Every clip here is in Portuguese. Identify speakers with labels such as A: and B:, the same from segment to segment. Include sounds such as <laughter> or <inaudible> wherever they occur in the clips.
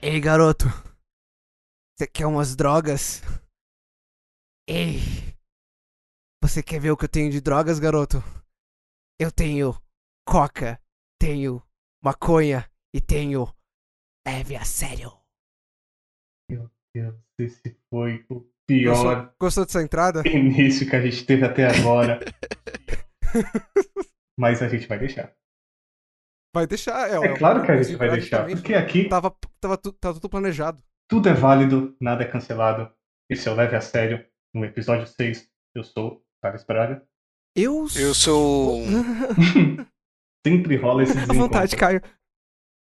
A: Ei, garoto. Você quer umas drogas? Ei. Você quer ver o que eu tenho de drogas, garoto? Eu tenho coca, tenho maconha e tenho leve a sério.
B: Meu Deus, esse foi o
A: Gostou,
B: pior
A: gostou dessa entrada?
B: <laughs> início que a gente teve até
C: <laughs>
B: agora. Mas a gente vai deixar.
A: Vai deixar, é.
C: um
B: É
A: ó,
B: claro que a gente vai
A: praticamente
B: deixar. Porque aqui
A: Tava, tava, tu- tá tudo planejado.
B: tudo é válido, nada é cancelado. Esse é o Leve a Sério, no episódio 6. Eu sou Thales Braga.
A: Eu, <laughs>
C: Eu sou. um-
B: um Sempre rola
C: <laughs>
B: esse
A: À
B: desencontro.
A: vontade, Caio.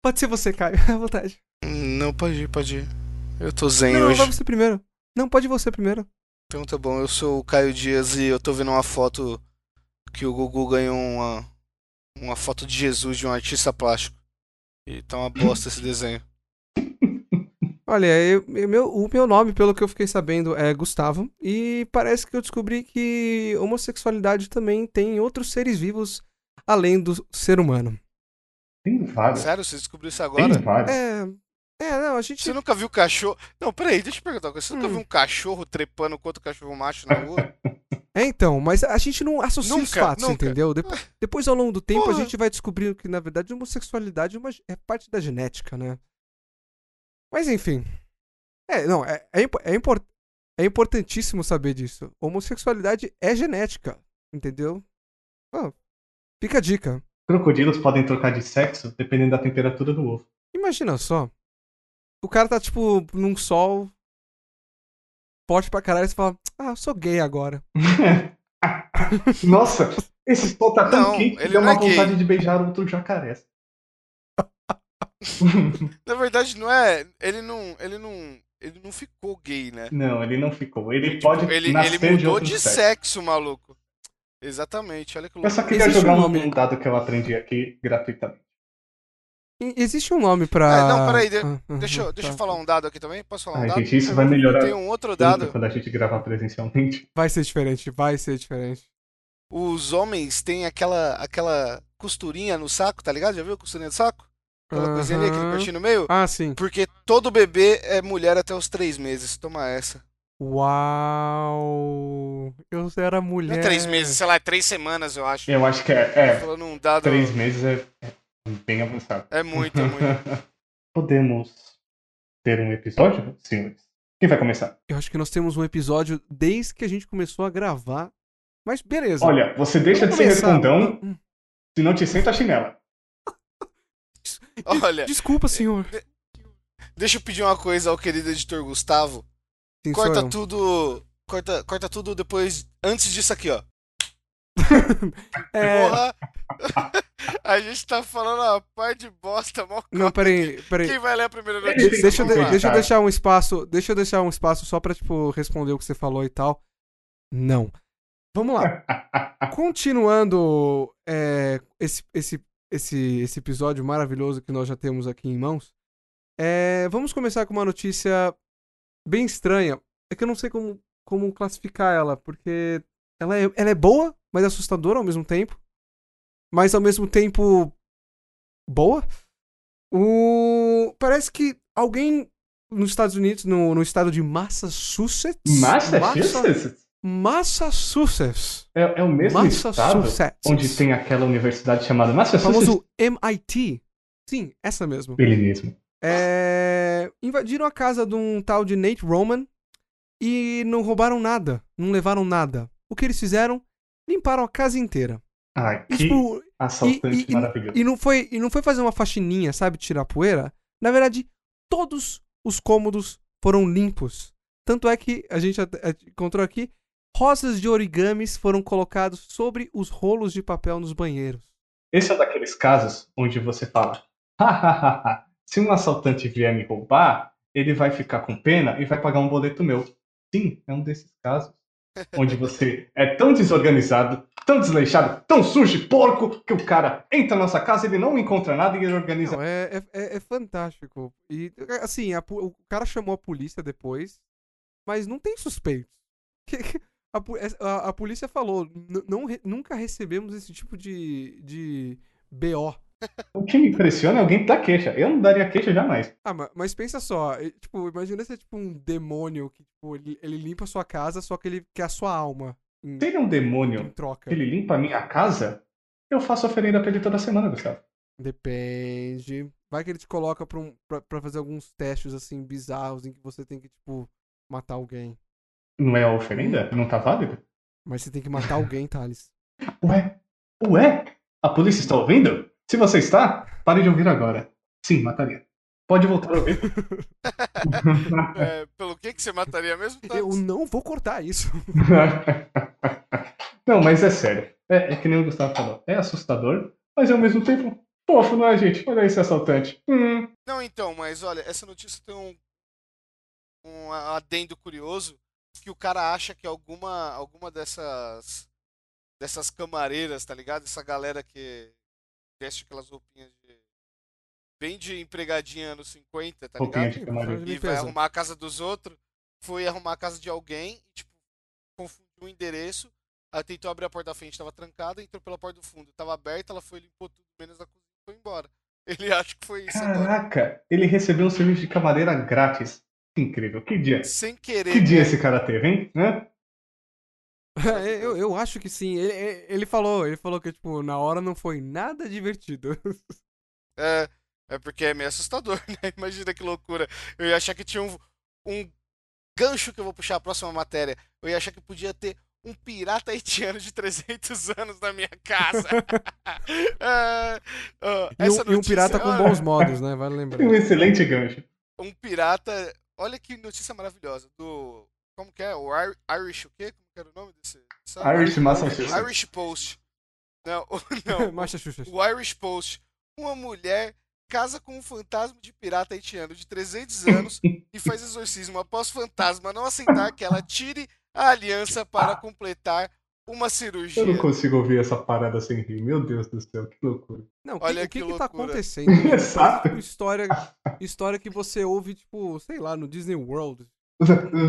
A: Pode ser você, Caio. <laughs> À vontade.
C: Não, pode ir, pode ir. Eu tô zen
A: Não,
C: hoje.
A: vai você primeiro. Não, pode você primeiro.
C: Então tá bom, eu sou o Caio Dias e eu tô vendo uma foto que o Gugu ganhou uma, uma foto de Jesus de um artista plástico. E tá uma bosta esse desenho.
A: Olha, eu- eu- meu- o meu nome, pelo que eu fiquei sabendo, é Gustavo. E parece que eu descobri que homossexualidade também tem outros seres vivos além do ser humano.
B: Tem vários.
C: Sério, você descobriu isso
B: Tem
C: agora?
B: vários.
A: É. É, não, a gente.
C: Você nunca viu cachorro. Não, peraí, deixa eu perguntar uma coisa. Você nunca
A: Hum.
C: viu um cachorro trepando com outro cachorro macho na rua?
A: É, então, mas a gente não associa os
C: Nunca,
A: fatos,
C: nunca. Ah.
A: entendeu? Depo- depois, ao longo do tempo,
C: Porra.
A: a gente vai descobrindo que, na verdade, a homossexualidade é uma- é parte da genética, né? Mas, enfim. É, não, é, é, impo- é, impor- é importantíssimo saber disso. Homossexualidade é genética, entendeu? Ó, fica a dica.
B: Crocodilos podem trocar de sexo dependendo da temperatura do ovo.
A: Imagina só. O cara tá, tipo, num sol forte pra caralho e você fala, ah, eu sou gay agora.
B: Nossa, esse sol tá tão
C: Não,
B: quente que
C: ele
B: deu
C: não
B: uma
C: é gay.
B: vontade de beijar outro jacaré.
C: Na verdade, não é. Ele não. Ele não. Ele não ficou gay, né?
B: não, ele não ficou. Ele
C: Tipo,
B: pode
C: ele, ele
B: nascer de
C: mudou
B: outro
C: de
B: sexo.
C: sexo, maluco. Exatamente, olha que
B: Eu
C: louco.
B: só queria
A: Existe
B: jogar
A: um
B: um,
A: nome.
B: um dado que eu aprendi aqui gratuitamente.
A: E- Existe um nome pra.
C: Ah, não, peraí, de-
A: Ah, ah,
C: Deixa, eu-
A: ah,
C: deixa eu
A: tá.
C: falar um dado aqui também? Posso falar um
B: Ai,
C: dado?
B: gente, Ah, isso vai melhorar
C: Tem um outro
B: tanto
C: dado.
B: quando a gente gravar presencialmente.
A: Vai ser diferente, vai ser diferente.
C: Os homens têm aquela, aquela costurinha no saco, tá ligado? Já viu a costurinha do saco? Aquela coisinha ali, aquele
A: Aham.
C: cortinho no meio?
A: Ah, sim.
C: Porque todo bebê é mulher até os três meses. Toma essa.
A: Uau! Eu era
C: Não
A: mulher.
C: é três meses, sei lá, é três semanas, eu acho.
B: Eu acho que é, é,
C: Tô falando um dado.
B: três meses é, é bem avançado. <laughs>
C: É muito, é muito.
B: Podemos ter um episódio, senhores? Quem vai começar?
A: Eu acho que nós temos um episódio desde que a gente começou a gravar. Mas beleza.
B: Olha, você deixa de
A: Vamos
B: ser
A: começar. Hum.
B: respondão, se não te senta a chinela.
C: Olha,
A: Desculpa, senhor.
C: deixa eu pedir uma coisa ao querido editor Gustavo.
A: Sim, sou
C: Corta
A: eu.
C: tudo. Corta, corta tudo depois. Antes disso aqui, ó.
A: É,
C: Porra! <laughs> a gente tá falando a parte de bosta, mal
A: não, peraí, peraí.
C: Quem vai ler a primeira
B: Ele
C: notícia?
B: tem que
A: Deixa eu, de-
C: Vamos lá.
B: comentar.
A: deixa eu deixar um espaço, deixa eu deixar um espaço só pra, tipo, responder o que você falou e tal. Não. Vamos lá.
B: <laughs>
A: Continuando é, esse, esse, esse, esse episódio maravilhoso que nós já temos aqui em mãos, é, vamos começar com uma notícia bem estranha. É que eu não sei como, como classificar ela, porque ela é, ela é boa, mas assustadora ao mesmo tempo. Mas ao mesmo tempo. boa. O... Parece que alguém nos Estados Unidos, no, no estado de Massachusetts. Massa-
B: Massachusetts?
A: Massachusetts.
B: É, é o mesmo estado
A: Massachusetts.
B: onde tem aquela universidade chamada
A: o
B: Massachusetts?
A: famoso MIT. Sim, essa mesmo.
B: Ele mesmo.
A: É, invadiram a casa de um tal de Nate Roman e não roubaram nada, não levaram nada. O que eles fizeram? Limparam a casa inteira.
B: Ai,
A: E,
B: que
A: tipo,
B: assaltante
A: e- e-
B: maravilhoso.
A: E não foi, e não foi fazer uma faxininha, sabe, tirar poeira. Na verdade, todos os cômodos foram limpos. Tanto é que a gente at- at- encontrou aqui rosas de origamis foram colocados sobre os rolos de papel nos banheiros.
B: Esse é daqueles casos onde você fala: "Hahaha, se um assaltante vier me roubar, ele vai ficar com pena e vai pagar um boleto meu. Sim, é um desses casos onde você é tão desorganizado, tão desleixado, tão sujo e porco que o cara entra na nossa casa, ele não encontra nada e ele organiza.
A: Não, é, é- é- é fantástico. E assim, a po- o cara chamou a polícia depois, mas não tem suspeito. <laughs> A, po- a- a polícia falou: "N- não re- nunca recebemos esse tipo de, de BO
B: O que me impressiona é alguém dar queixa. Eu não daria queixa jamais.
A: Ah, ma- mas pensa só, e, tipo, imagina ser tipo um demônio que, tipo, ele, ele limpa a sua casa, só que ele quer a sua alma em,
B: Seria um
A: em
B: demônio
A: troca.
B: que ele limpa a minha casa, eu faço oferenda pra ele toda semana, Gustavo.
A: Depende. Vai que ele te coloca pra, um, pra, pra fazer alguns testes, assim, bizarros, em que você tem que, tipo, matar alguém.
B: Não é a oferenda? Não tá válido?
A: Mas você tem que matar alguém, Thales.
B: Ué? Ué? A polícia está ouvindo? Se você está, pare de ouvir agora. Sim, mataria. Pode voltar a ouvir.
C: É, pelo que, que você mataria mesmo? Tá?
A: Eu não vou cortar isso.
B: não, mas é sério. É, é que nem o Gustavo falou. É assustador, mas ao mesmo tempo, fofo, não é, gente? Olha esse assaltante. Hum.
C: Não, então, mas olha, essa notícia tem um, um adendo curioso que o cara acha que alguma, alguma dessas dessas camareiras, tá ligado? Essa galera que veste aquelas roupinhas de bem de empregadinha anos 50, tá
B: Roupinha
C: ligado?
B: de camarim.
A: de
C: e vai
A: limpeza.
C: arrumar a casa dos outros, foi arrumar a casa de alguém e, tipo, confundiu o endereço. Ela tentou abrir a porta da frente, tava trancada, entrou pela porta do fundo. Tava aberta, ela foi, limpou tudo, menos a cozinha e foi embora. <laughs> Ele acha que foi isso agora.
B: Caraca, ele recebeu um serviço de camareira grátis. Que Incrível, que dia.
C: Sem
B: Que
C: querer.
B: dia esse cara teve, hein? Hã?
A: É, eu, eu acho que sim. Ele, ele- ele falou, ele falou que, tipo, na hora não foi nada divertido.
C: É, é porque é meio assustador, <laughs> né? Imagina que loucura. Eu ia achar que tinha um, um gancho que eu vou puxar a próxima matéria. Eu ia achar que podia ter um pirata <laughs> haitiano de 300 anos na minha casa. <laughs> É, ó,
A: E
C: <laughs> essa
A: um, e um
C: notícia, é
A: pirata com
C: olha,
A: bons modos, né? Vale
B: <laughs> Tem um
A: lembrar.
B: excelente gancho.
C: Um pirata. Olha que notícia maravilhosa. Do. Como que é? O Ir- Irish o quê? Como que era o nome desse? dessa-
B: Irish Massachusetts.
C: Irish Post. Não,
A: <laughs>
C: não.
A: Macha Xuxa.
C: O Irish Post. Uma mulher casa com um fantasma de pirata haitiano de
B: <laughs>
C: 300 anos e faz exorcismo após o fantasma não aceitar que ela tire a aliança para completar uma cirurgia.
B: Ah. Eu não consigo ouvir essa parada sem rir. Meu Deus do céu, que loucura. <laughs>
A: Não, o que,
C: Olha
A: o que,
C: que
A: que tá
C: loucura.
A: acontecendo? Parece,
B: Exato.
A: tipo, história, história que você ouve, tipo, sei lá, no Disney World.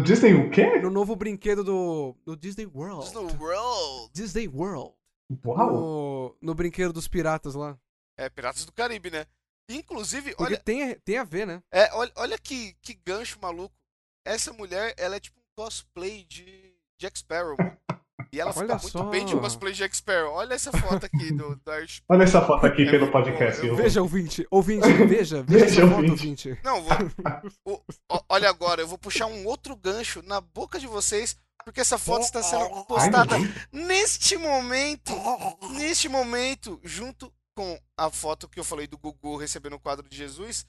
B: Disney o quê?
A: No novo brinquedo do, do Disney World.
C: Disney World.
A: Disney World.
B: Uau!
A: No, no brinquedo dos piratas lá.
C: É, Piratas do Caribe, né? Inclusive,
A: Porque
C: olha,
A: tem, a- tem a ver, né?
C: É, olha, olha que, que gancho maluco. Essa mulher, ela é tipo um cosplay de Jack Sparrow, mano. E ela fica
A: Olha
C: muito
A: só.
C: bem de um cosplay de Jack Sparrow. Olha essa foto aqui do, do Irish.
B: Olha essa foto aqui
C: É
B: pelo
C: muito
B: podcast.
C: bom, eu
B: eu-
A: Veja, ouvinte. Ouvinte, veja. Veja
B: Veja,
A: essa foto,
B: ouvinte.
A: ouvinte.
C: Não, vou, o- o- olha agora, eu vou puxar um outro gancho na boca de vocês, porque essa foto está sendo
B: Ai, meu
C: postada
B: Deus.
C: neste momento, neste momento, junto com a foto que eu falei do Gugu recebendo o quadro de Jesus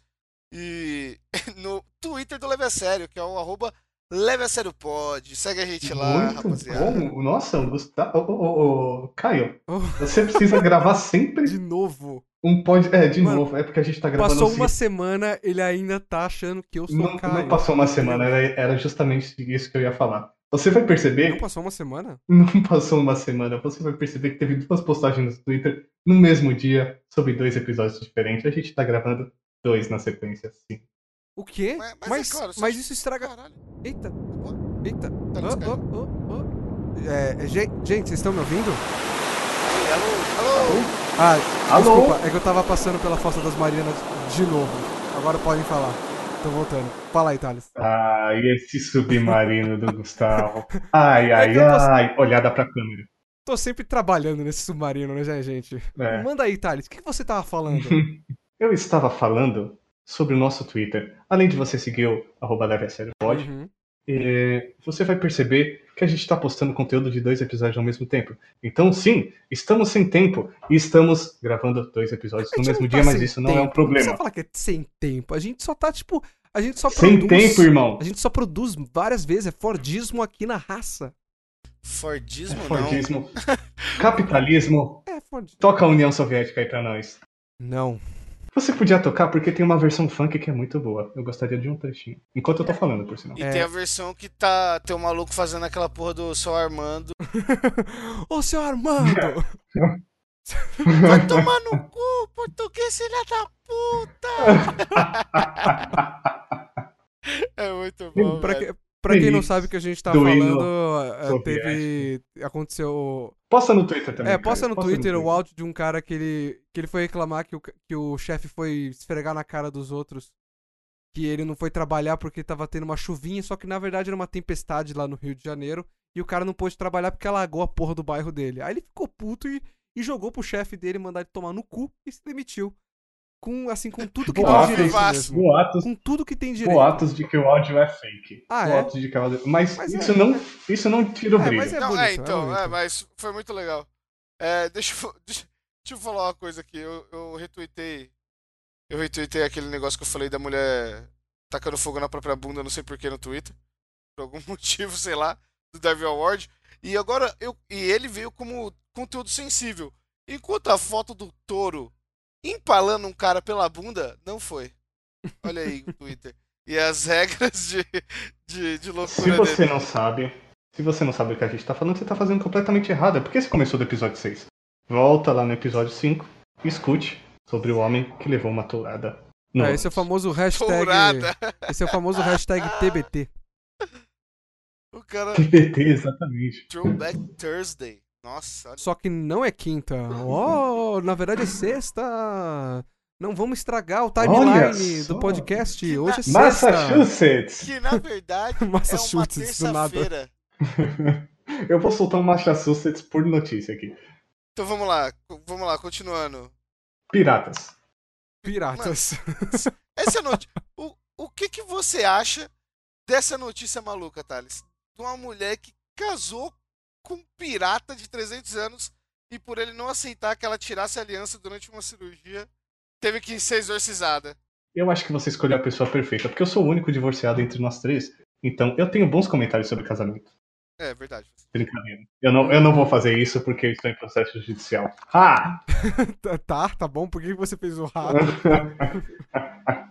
C: e <laughs> no Twitter do Leve a Sério, que é o arroba Leve a Sério Pod. Segue a gente lá,
B: Muito
C: rapaziada. Oh.
B: bom. Nossa, o Gustavo. Ô, ô, ô, ô, Caio,
A: Ô.
B: você precisa gravar sempre
A: De novo.
B: um pod. É, de
A: Mano,
B: novo, é porque a gente tá gravando
A: Passou
B: assim.
A: uma semana, ele ainda tá achando que eu sou
B: Não,
A: o Caio.
B: não passou uma semana, né? era, era justamente isso que eu ia falar. Você vai
A: Não
B: perceber,
A: passou uma semana?
B: não <laughs> passou uma semana, você vai perceber que teve duas postagens no Twitter no mesmo dia, sobre dois episódios diferentes. A gente tá gravando dois na sequência, assim. sim.
A: O quê?
C: Mas-
A: Mas,
C: mas é claro, você
A: mas
C: acha-
A: isso estraga.
C: Caralho,
A: Eita. Eita.
C: tá
A: Ô,
C: descarregado.
A: ô, ô, ô. É, gen- gente, vocês estão me ouvindo?
C: Alô, alô.
A: Ah,
B: Alô?
A: desculpa, é que eu tava passando pela Fossa das Marianas de novo. Agora podem falar. Tô voltando. Fala aí, Thales.
B: Ah, e esse submarino
A: <laughs>
B: do Gustavo. Ai, ai,
A: É que eu tô-
B: ai. Olhada pra câmera.
A: Tô sempre trabalhando nesse submarino, né, gente?
B: É.
A: Manda aí, Thales. O que que você tava
B: <laughs>
A: falando?
B: Eu estava falando sobre o nosso Twitter. Além de você seguir o arroba leve a sério pod,
A: Uhum.
B: é, você vai perceber que a gente está postando conteúdo de dois episódios ao mesmo tempo. Então, sim, estamos sem tempo e estamos gravando dois episódios
A: A
B: no
A: gente
B: mesmo
A: não tá
B: dia, mas
A: sem
B: isso não é um
A: tempo. Não precisa
B: problema.
A: falar que é sem tempo. A gente só tá, tipo. A gente só
B: Sem
A: produz.
B: tempo, irmão.
A: A gente só produz várias vezes. É Fordismo aqui na raça.
C: Fordismo não.
B: É
A: <laughs>
B: Fordismo, capitalismo,
A: É, Ford.
B: toca a União Soviética aí pra nós.
A: Não. <laughs>
B: Você podia tocar porque tem uma versão funk que é muito boa. Eu gostaria de um trechinho. Enquanto eu tô falando,
A: <laughs>
B: por sinal.
C: E
A: É.
C: tem a versão que tá. Tem o maluco fazendo aquela porra do Só Armando.
A: Ô, seu
B: <laughs>
A: Armando!
C: Vai tomar no cu, português, filha da puta! é muito bom.
A: pra,
C: velho. É
A: que- pra quem não
B: Feliz
A: sabe o que a gente tá
B: do hino
A: falando, é, teve aconteceu.
B: Posta no Twitter também.
A: É, posta
B: cara.
A: no Twitter o áudio de um cara que ele, que ele foi reclamar que o, ca- que o chefe foi esfregar na cara dos outros que ele não foi trabalhar porque tava tendo uma chuvinha, só que na verdade era uma tempestade lá no Rio de Janeiro e o cara não pôde trabalhar porque alagou a porra do bairro dele. Aí ele ficou puto e, e jogou pro chefe dele mandar ele tomar no cu e se demitiu. Com, assim, com tudo que
B: Boa,
A: tem direito
C: fez-
A: mesmo.
B: Boatos,
A: Com tudo que tem direito.
B: boatos de que o áudio é fake.
A: Ah, é?
B: boatos de que o áudio... Mas,
A: Mas
B: isso,
A: é,
B: não,
A: é.
B: isso não tira o
A: É,
B: brilho.
A: mas é
C: Não,
A: bonito,
C: é, então,
A: bonito.
C: é, mas foi muito legal. É, deixa, eu, deixa, deixa eu falar uma coisa aqui. Eu, eu retuitei. Eu retuitei aquele negócio que eu falei da mulher tacando fogo na própria bunda, não sei porquê, no Twitter. Por algum <laughs> motivo, sei lá, do Devil Award. E agora eu. E ele veio como conteúdo sensível. Enquanto a foto do touro empalando um cara pela bunda, não foi. Olha aí, Twitter. E as <laughs> regras de, de, de
B: Se
C: loucura dele.
B: você não sabe, se você não sabe o que a gente tá falando, você tá fazendo completamente errado. É porque você começou do episódio 6. Volta lá no episódio 5 e escute sobre o homem que levou uma tourada. no
A: É, esse é o
B: ônibus.
A: famoso hashtag.
C: Tourada.
A: Esse é o famoso hashtag TBT.
C: O cara.
B: TBT, exatamente.
C: Throwback Thursday. Nossa, olha.
A: Só que não é quinta. Oh, na verdade é sexta. Não vamos estragar o
B: Olha
A: timeline
B: só.
A: do podcast. Hoje é sexta.
B: Massachusetts!
C: que na verdade é
A: <laughs>
C: uma
A: Massachusetts, do nada.
C: terça-feira.
B: <laughs> Eu vou soltar um Massachusetts por notícia aqui.
C: Então vamos lá, co- vamos lá, continuando.
B: Piratas.
A: Piratas.
C: Essa notícia. o, o que, que você acha dessa notícia maluca, Thales? De uma mulher que casou com um pirata de 300 anos e por ele não aceitar que ela tirasse a aliança durante uma cirurgia, teve que ser exorcizada.
B: Eu acho que você escolheu a pessoa perfeita, porque eu sou o único divorciado entre nós três. Então, eu tenho bons comentários sobre casamento.
C: É verdade.
B: Brincadeira. Eu não, eu não vou fazer isso porque eu estou em processo judicial. Ah!
A: <laughs>
B: <laughs>
A: Tá- tá, tá bom. Por que você fez o rato?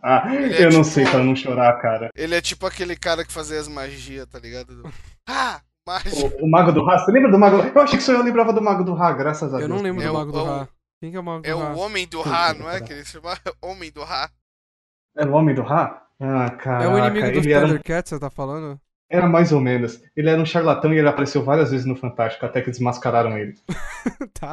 B: Ah,
A: é
B: eu não
A: tipo
B: sei pra não chorar, cara.
C: Ele é tipo aquele cara que fazia as magias, tá
A: <laughs>
C: ligado? Ah, magia.
B: O, o Mago do Ra, você lembra do Mago do Ra? Eu achei que só eu lembrava do Mago do Ra, graças
A: Eu
B: a Deus.
A: não lembro
C: É
A: do
C: o-
A: Mago
C: é
A: do
C: o-
A: Ra. Quem que é o Mago
C: É
A: do
C: o
A: Ra?
C: Homem do Ra, não é? Que ele se chama <laughs> Homem do Ra.
B: Era é o Homem do Ra? Ah,
A: É
B: cara.
A: o inimigo dos
B: ele era, um-
A: Thundercats, você tá falando? <laughs>
B: era mais ou menos. Ele era um charlatão e ele apareceu várias vezes no Fantástico, até que desmascararam ele.
A: Tá.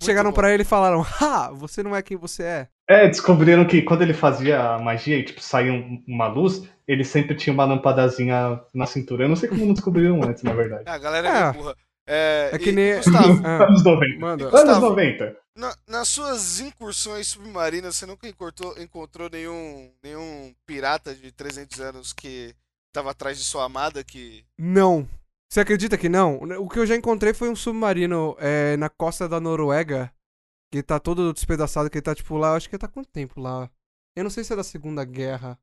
A: Chegaram
C: bom.
A: pra ele e falaram: Ha, você não é quem você é.
B: É, descobriram que quando ele fazia a magia e tipo, saía um- uma luz, ele sempre tinha uma lampadazinha na cintura. Eu não sei como não descobriram antes, na verdade.
C: Ah, A galera
A: É.
C: é burra. É,
A: É que
C: e,
A: nem- <laughs>
C: Gustavo,
A: Ah,
B: <laughs> Anos 90.
A: manda.
B: Anos
C: Gustavo.
B: 90.
C: na- nas suas incursões submarinas, você nunca encontrou, encontrou nenhum, nenhum pirata de 300 anos que tava atrás de sua amada que...
A: Não. Você acredita que não? O que eu já encontrei foi um submarino é, na costa da Noruega, que tá todo despedaçado, que ele tá, tipo, lá, eu acho que ele tá quanto tempo lá? Eu não sei se é da Segunda Guerra.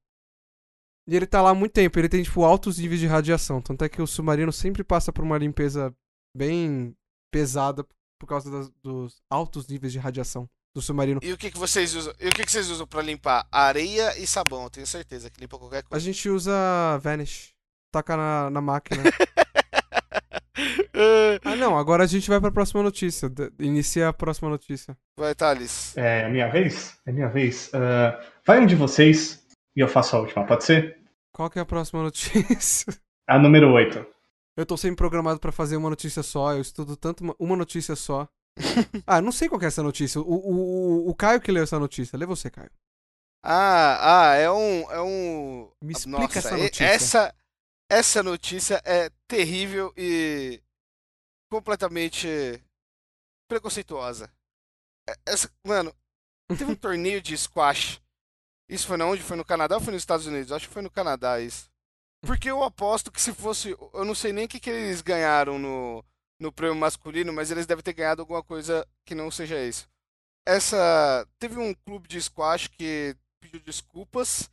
A: E ele tá lá há muito tempo, ele tem, tipo, altos níveis de radiação. Tanto é que o submarino sempre passa por uma limpeza bem pesada por causa das- dos altos níveis de radiação do submarino.
C: E o que, que vocês usam? E o que, que vocês usam pra limpar? Areia e sabão, eu tenho certeza que limpa qualquer
A: A
C: coisa.
A: gente usa Vanish. Taca na, na máquina. ah, não, agora a gente vai pra próxima notícia. D- Inicia a próxima notícia.
C: Vai, Thales.
B: É minha vez? É minha vez. Ah, vai um de vocês e eu faço a última, pode ser?
A: Qual que é a próxima notícia? <laughs>
B: A número 8.
A: Eu tô sempre programado pra fazer uma notícia só, eu estudo tanto uma, uma notícia só. ah, não sei qual que é essa notícia. O, o, o- o Caio que leu essa notícia. Lê você, Caio.
C: Ah, ah, é um... É um...
A: Me explica
C: Nossa,
A: essa
C: e-
A: notícia.
C: Essa, essa notícia é terrível e completamente preconceituosa. É- essa- mano,
A: <laughs>
C: teve um torneio de squash. Isso foi na onde? Foi no Canadá ou foi nos Estados Unidos? Acho que foi no Canadá isso. Porque eu aposto que se fosse. Eu não sei nem o que, que eles ganharam no, no prêmio masculino, mas eles devem ter ganhado alguma coisa que não seja isso. Essa. Teve um clube de squash que pediu desculpas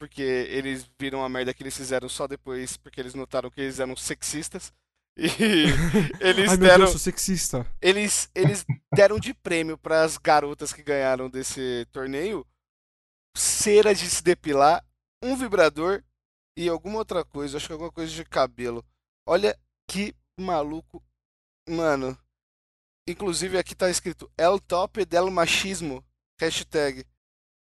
C: porque eles viram a merda que eles fizeram só depois, porque eles notaram que eles eram sexistas.
A: <laughs>
C: E eles
A: Ai, meu
C: deram,
A: Deus, sou sexista.
C: eles, eles deram de prêmio para as garotas que ganharam desse torneio cera de se depilar, um vibrador e alguma outra coisa, acho que alguma coisa de cabelo. Olha que maluco, mano. Inclusive aqui tá escrito El Top del Machismo, hashtag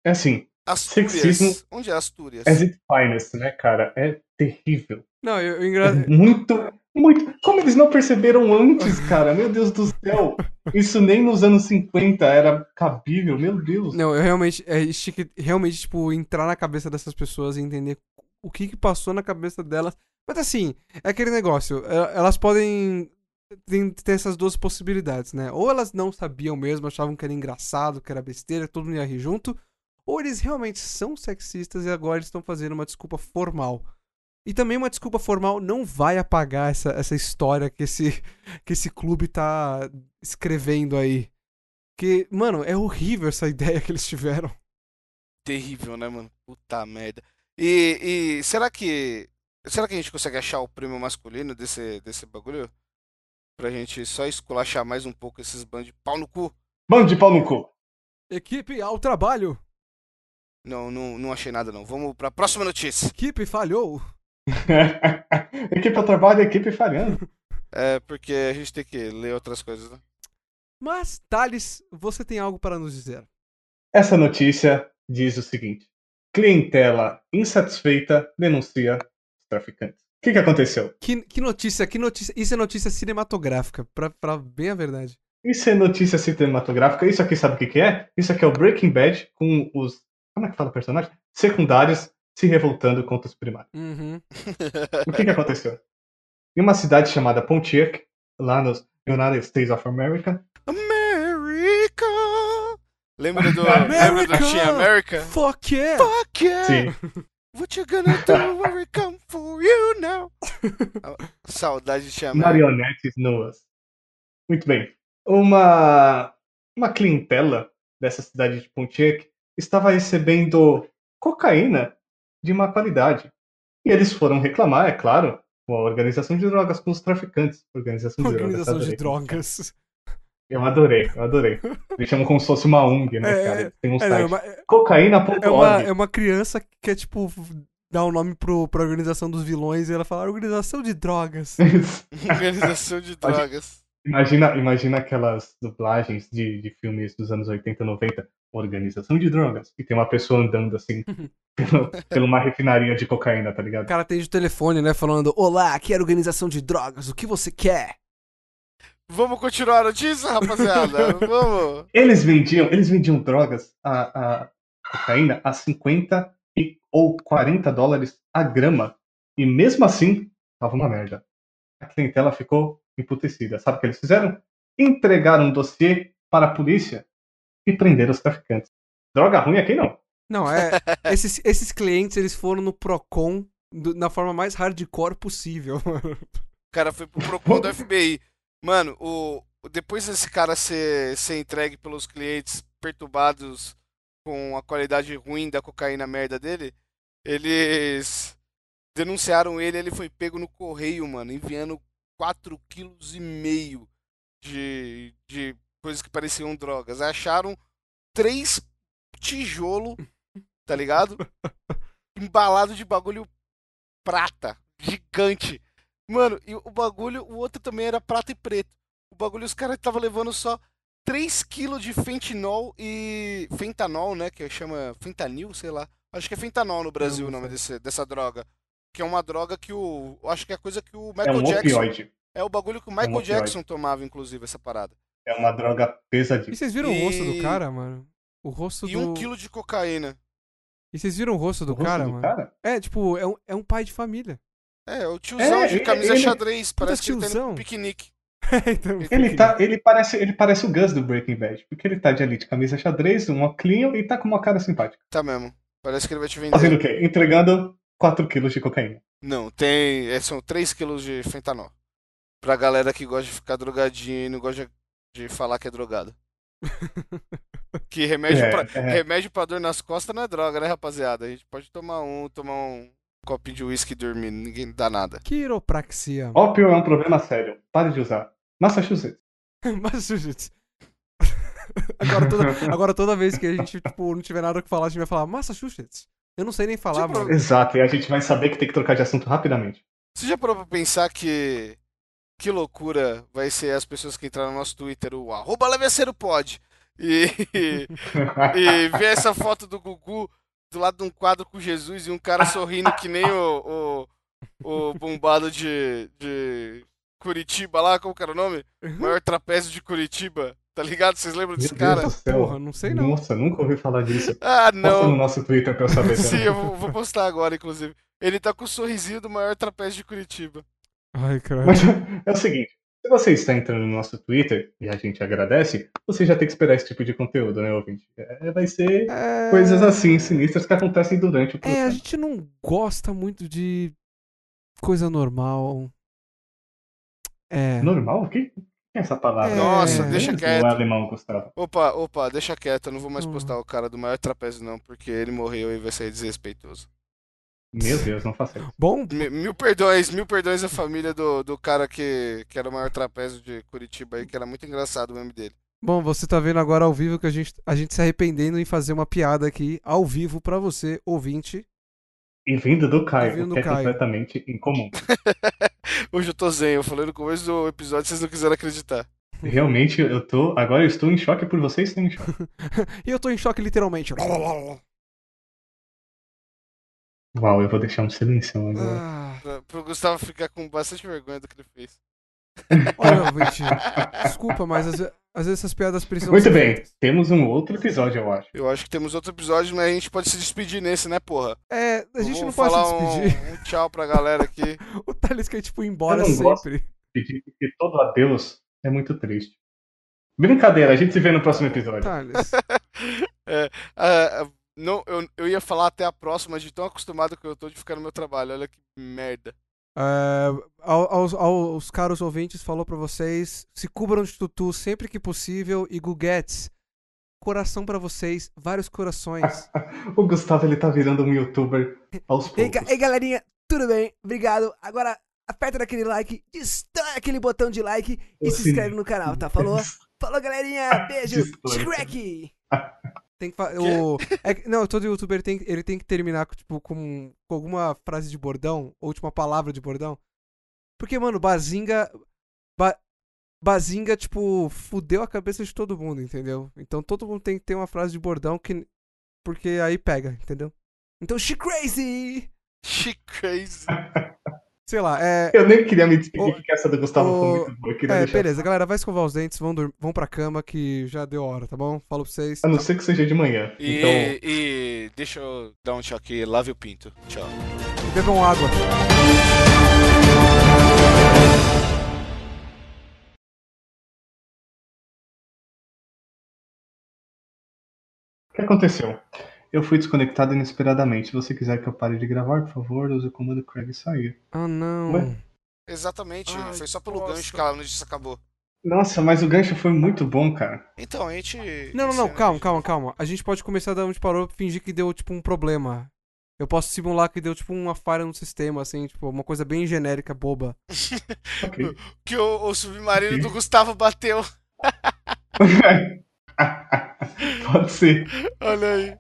B: É assim,
C: Astúrias.
B: Sexismo.
C: Onde é Astúrias?
B: as it finest, né, cara? É terrível.
A: Não, eu, eu
B: É
A: engra...
B: muito Muito. Como eles não perceberam antes, cara? Meu Deus do céu. Isso nem nos anos 50 era cabível, meu Deus.
A: Não, eu realmente. É, a gente tinha que realmente, tipo, entrar na cabeça dessas pessoas e entender o que, que passou na cabeça delas. Mas assim, é aquele negócio. é, Elas podem. Tem, tem essas duas possibilidades, né? Ou elas não sabiam mesmo, achavam que era engraçado, que era besteira, que todo mundo ia rir junto. Ou eles realmente são sexistas e agora eles estão fazendo uma desculpa formal. E também uma desculpa formal não vai apagar essa, essa história que esse, <laughs> que esse clube tá escrevendo aí. Que, mano, é horrível essa <laughs> ideia que eles tiveram.
C: Terrível, né, mano? Puta merda. E, e será que. Será que a gente consegue achar o prêmio masculino desse, desse bagulho? Pra gente só esculachar mais um pouco esses bandos de pau no cu?
B: Bando de pau no cu.
A: Equipe ao trabalho!
C: Não, não, não achei nada não. Vamos pra próxima notícia.
A: Equipe falhou!
B: <laughs> equipe ao trabalho, equipe falhando.
C: É, porque a gente tem que ler outras coisas, né?
A: Mas, Thales, você tem algo para nos dizer.
B: Essa notícia diz o seguinte: clientela insatisfeita denuncia os traficantes. O que, que aconteceu?
A: Que, que notícia, que notícia. Isso é notícia cinematográfica, pra, pra bem a verdade.
B: Isso é notícia cinematográfica. Isso aqui sabe o que, que é? Isso aqui é o Breaking Bad com os. Como é que fala o personagem? Secundários se revoltando contra os primários.
A: Uhum.
B: O que, que aconteceu? Em uma cidade chamada Pontiac, lá nos United States of America,
C: America! Lembra do.
B: America!
C: Lembra do Team America?
A: Fuck yeah!
C: Fuck yeah!
B: sim,
C: é What you gonna do when we come for you now? Ah, <laughs> Saudade de Team America.
B: marionetes nuas. Muito bem. Uma, uma clientela dessa cidade de Pontiac estava recebendo cocaína de má qualidade. E eles foram reclamar, é claro, com a organização de drogas, com os traficantes. Organização de
A: Organização
B: drogas.
A: de
B: adorei.
A: drogas.
B: Eu adorei, eu adorei. Eles chamam como se fosse uma ONG, né,
A: <laughs> É,
B: cara? Tem um
A: É, não, é
B: site.
A: uma,
B: Cocaína.org.
A: é, uma,
B: <laughs>
A: é uma criança que quer, tipo, dar o nome pro, pra organização dos vilões e ela fala organização de drogas.
C: Organização
B: <laughs>
C: de
B: Pode-
C: drogas.
B: imagina, imagina aquelas dublagens de, de filmes dos anos 80, 90. Organização de drogas. E tem uma pessoa andando assim, pela, pela uma refinaria de cocaína, tá
A: O
B: ligado?
A: cara atende o telefone, né, falando, olá, aqui é a organização de drogas, o que você quer?
C: Vamos continuar a notícia, rapaziada? Vamos!
B: Eles vendiam, eles vendiam drogas, a, a cocaína, a 50 e, ou 40 dólares a grama. E mesmo assim, tava uma merda. A clientela ficou emputecida. Sabe o que eles fizeram? Entregaram um dossiê para a polícia e prenderam os traficantes. Droga ruim aqui não.
A: Não, é, esses, esses clientes, eles foram no Procon do- na forma mais hardcore possível. <laughs>
C: O cara foi pro Procon do FBI. Mano, o, o- depois desse cara ser, ser entregue pelos clientes perturbados com a qualidade ruim da cocaína merda dele, eles denunciaram ele, ele foi pego no correio, mano, enviando 4,5 kg de, de coisas que pareciam drogas. Acharam três tijolo,
A: <laughs>
C: tá ligado? Embalado de bagulho prata, gigante. Mano, e o bagulho, o outro também era prata e preto. O bagulho, os caras estavam levando só 3kg de fentinol e. Fentanol, né? Que chama. Fentanil, sei lá. Acho que é fentanol no Brasil
A: Não,
C: o
A: não
C: nome
A: sei.
C: desse- dessa droga. Que é uma droga que o. eu Acho que é a coisa que o
B: É
C: Michael
B: um
C: Jackson.
B: opioide. um
C: É o bagulho que o Michael
B: opioide.
C: Jackson tomava, inclusive, essa parada.
B: É uma droga
A: E
B: pesadíssima.
A: vocês viram o rosto do
C: E-
A: cara, mano? O rosto
C: E
A: do...
C: um quilo de cocaína.
A: E vocês viram o rosto do
B: O rosto
A: cara,
B: do
A: mano?
B: cara?
A: É, tipo, é um, é um pai de família. <laughs>
C: É, o tiozão
B: É,
C: de
B: ele-
C: camisa
B: ele-
C: xadrez. Parece que ele tá indo
A: tiozão.
C: pro piquenique.
A: então,
B: Ele, tá, ele, parece, ele parece o Gus do Breaking Bad, porque ele tá de ali de camisa xadrez, um óculinho e tá com uma cara simpática.
C: Tá mesmo. Parece que ele vai te vender.
B: Fazendo o quê? Entregando 4 quilos de cocaína.
C: Não, tem. é, são 3 quilos de fentanol. Pra galera que gosta de ficar drogadinha e não gosta de falar que
A: <laughs>
C: é drogado. Que remédio,
B: É,
C: pra,
B: é.
C: remédio pra dor nas costas não é droga, né, rapaziada? A gente pode tomar um, tomar um copinho de uísque e dormir. Ninguém dá nada.
A: Quiropraxia. <laughs>
B: Ópio é um problema sério. Pare de usar. Massachusetts.
A: Massachusetts. <laughs> agora, toda, agora toda vez que a gente, tipo, não tiver nada o que falar, a gente vai falar Massachusetts. Eu não sei nem falar,
C: Tipo,
A: mano.
B: Exato, e a gente vai saber que tem que trocar de assunto rapidamente.
C: Você já parou pra pensar que que loucura vai ser as pessoas que entraram no nosso Twitter, o arroba leveaceiro pode,
B: <laughs>
C: e, e ver essa foto do Gugu do lado de um quadro com Jesus e um cara sorrindo que nem o, o bombado de, de Curitiba lá, como que era o nome? O maior trapézio de Curitiba, tá ligado? Vocês lembram desse
B: Uhum. Meu
C: cara?
B: Deus do céu.
A: Porra, não <laughs> sei não.
B: Nossa, nunca ouvi falar disso.
C: Ah,
B: Posta no
C: não.
B: nosso Twitter pra
A: <laughs>
B: eu saber
C: <laughs> Sim,
B: também.
C: eu vou, vou postar agora, inclusive. Ele tá com o sorrisinho do maior trapézio de Curitiba.
A: Ai, cara.
B: Mas é o seguinte, se você está entrando no nosso Twitter, e a gente agradece, você já tem que esperar esse tipo de conteúdo, né, ouvinte? É, vai ser
A: É...
B: coisas assim, sinistras que acontecem durante
A: É,
B: o
A: a
B: processo.
A: gente não gosta muito de coisa normal. É.
B: Normal? O que que é essa palavra?
A: Nossa,
B: É,
C: deixa
B: não
C: quieto.
B: é alemão, Gustavo.
C: Opa, opa, deixa quieto, eu não vou mais
A: Hum.
C: postar o cara do maior trapézio, não, porque ele morreu e vai ser desrespeitoso.
B: Meu Deus, não faça isso.
A: Bom,
C: Mi- Mil perdões, mil perdões à família do, do cara que, que era o maior trapézio de Curitiba aí, que era muito engraçado o meme dele.
A: bom, você tá vendo agora ao vivo que a gente, a gente se arrependendo em fazer uma piada aqui ao vivo pra você, ouvinte.
B: E vindo do Caio,
A: E vindo do
B: que é
A: Caio.
B: completamente incomum.
C: Hoje eu tô zen, eu falei no começo do episódio, vocês não quiseram acreditar.
B: Realmente, eu tô. Agora eu estou em choque por vocês estão em choque.
A: E eu tô em choque literalmente.
B: <laughs> Uau, eu vou deixar um silêncio
A: Ah,
B: agora.
C: Pra, pro Gustavo ficar com bastante vergonha do que ele fez.
A: Olha, ouvinte, desculpa, mas às, ve- às vezes essas piadas precisam
B: Muito
A: ser
B: bem,
A: feitas.
B: temos um outro episódio, eu acho.
C: Eu acho que temos outro episódio, mas a gente pode se despedir nesse, né, porra?
A: É, a gente
C: Vou
A: não pode se
C: falar um-
A: despedir.
C: Um, tchau pra galera aqui.
A: O Thales quer, tipo, ir embora
B: Eu não gosto.
A: sempre.
B: Pedir que todo adeus é muito triste. Brincadeira, a gente se vê no próximo episódio.
A: Thales.
C: Ah, ah, não, eu, eu ia falar até a próxima, de tão acostumado que eu tô de ficar no meu trabalho. Olha que merda. <laughs>
A: É,
D: Ah,
A: ao- aos, aos caros ouvintes, falou pra vocês: se cubram de tutu sempre que possível e guguetes. Coração pra vocês, vários corações.
B: O Gustavo ele tá virando um youtuber aos
D: Ei, ga-
B: poucos.
D: ei, galerinha, tudo bem? Obrigado. Agora aperta naquele like, destrói aquele botão de like e se
B: Sim.
D: inscreve no canal, tá? Falou? Falou, galerinha. Beijo.
B: Destrói.
D: Shrek.
A: <laughs> Tem
B: <laughs>
A: que fa- o- é que- não, todo youtuber tem, ele tem que terminar com, tipo, com, com alguma frase de bordão, ou última palavra de bordão. Porque, mano, Bazinga. Ba, Bazinga, tipo, fudeu a cabeça de todo mundo, entendeu? Então todo mundo tem que ter uma frase de bordão que. Porque aí pega, entendeu?
D: Então, she crazy.
C: She crazy.
A: Sei lá, é.
B: Eu nem queria me despedir
A: Ô,
B: que essa do Gustavo foi
A: ô,
B: muito boa. Eu queria
A: É,
B: deixar.
A: beleza, galera, vai escovar os dentes, vão, dorm... vão pra cama que já deu hora, tá bom? Falo pra vocês.
B: A não ser que seja de manhã.
C: E,
B: Então.
C: e deixa eu dar um tchau aqui. Lave o pinto. Tchau.
A: Bebam água.
B: O que aconteceu? Eu fui desconectado inesperadamente. Se você quiser que eu pare de gravar, por favor, use o comando Craig e sair.
A: Ah, não.
B: Ué?
C: Exatamente.
A: Ai,
C: Foi só pelo
A: nossa.
C: gancho que a notícia acabou.
B: Nossa, mas o gancho foi muito bom, cara.
C: Então, a gente.
A: Não, não, não,
C: encerra
A: calma,
C: aqui.
A: calma, calma. A gente pode começar da onde parou fingir que deu, tipo, um problema. Eu posso simular que deu, tipo, uma falha no sistema, assim, tipo, uma coisa bem genérica, boba.
B: Ok. <laughs>
C: Que o, o submarino do Gustavo bateu.
B: Pode ser.
C: <laughs> Olha aí.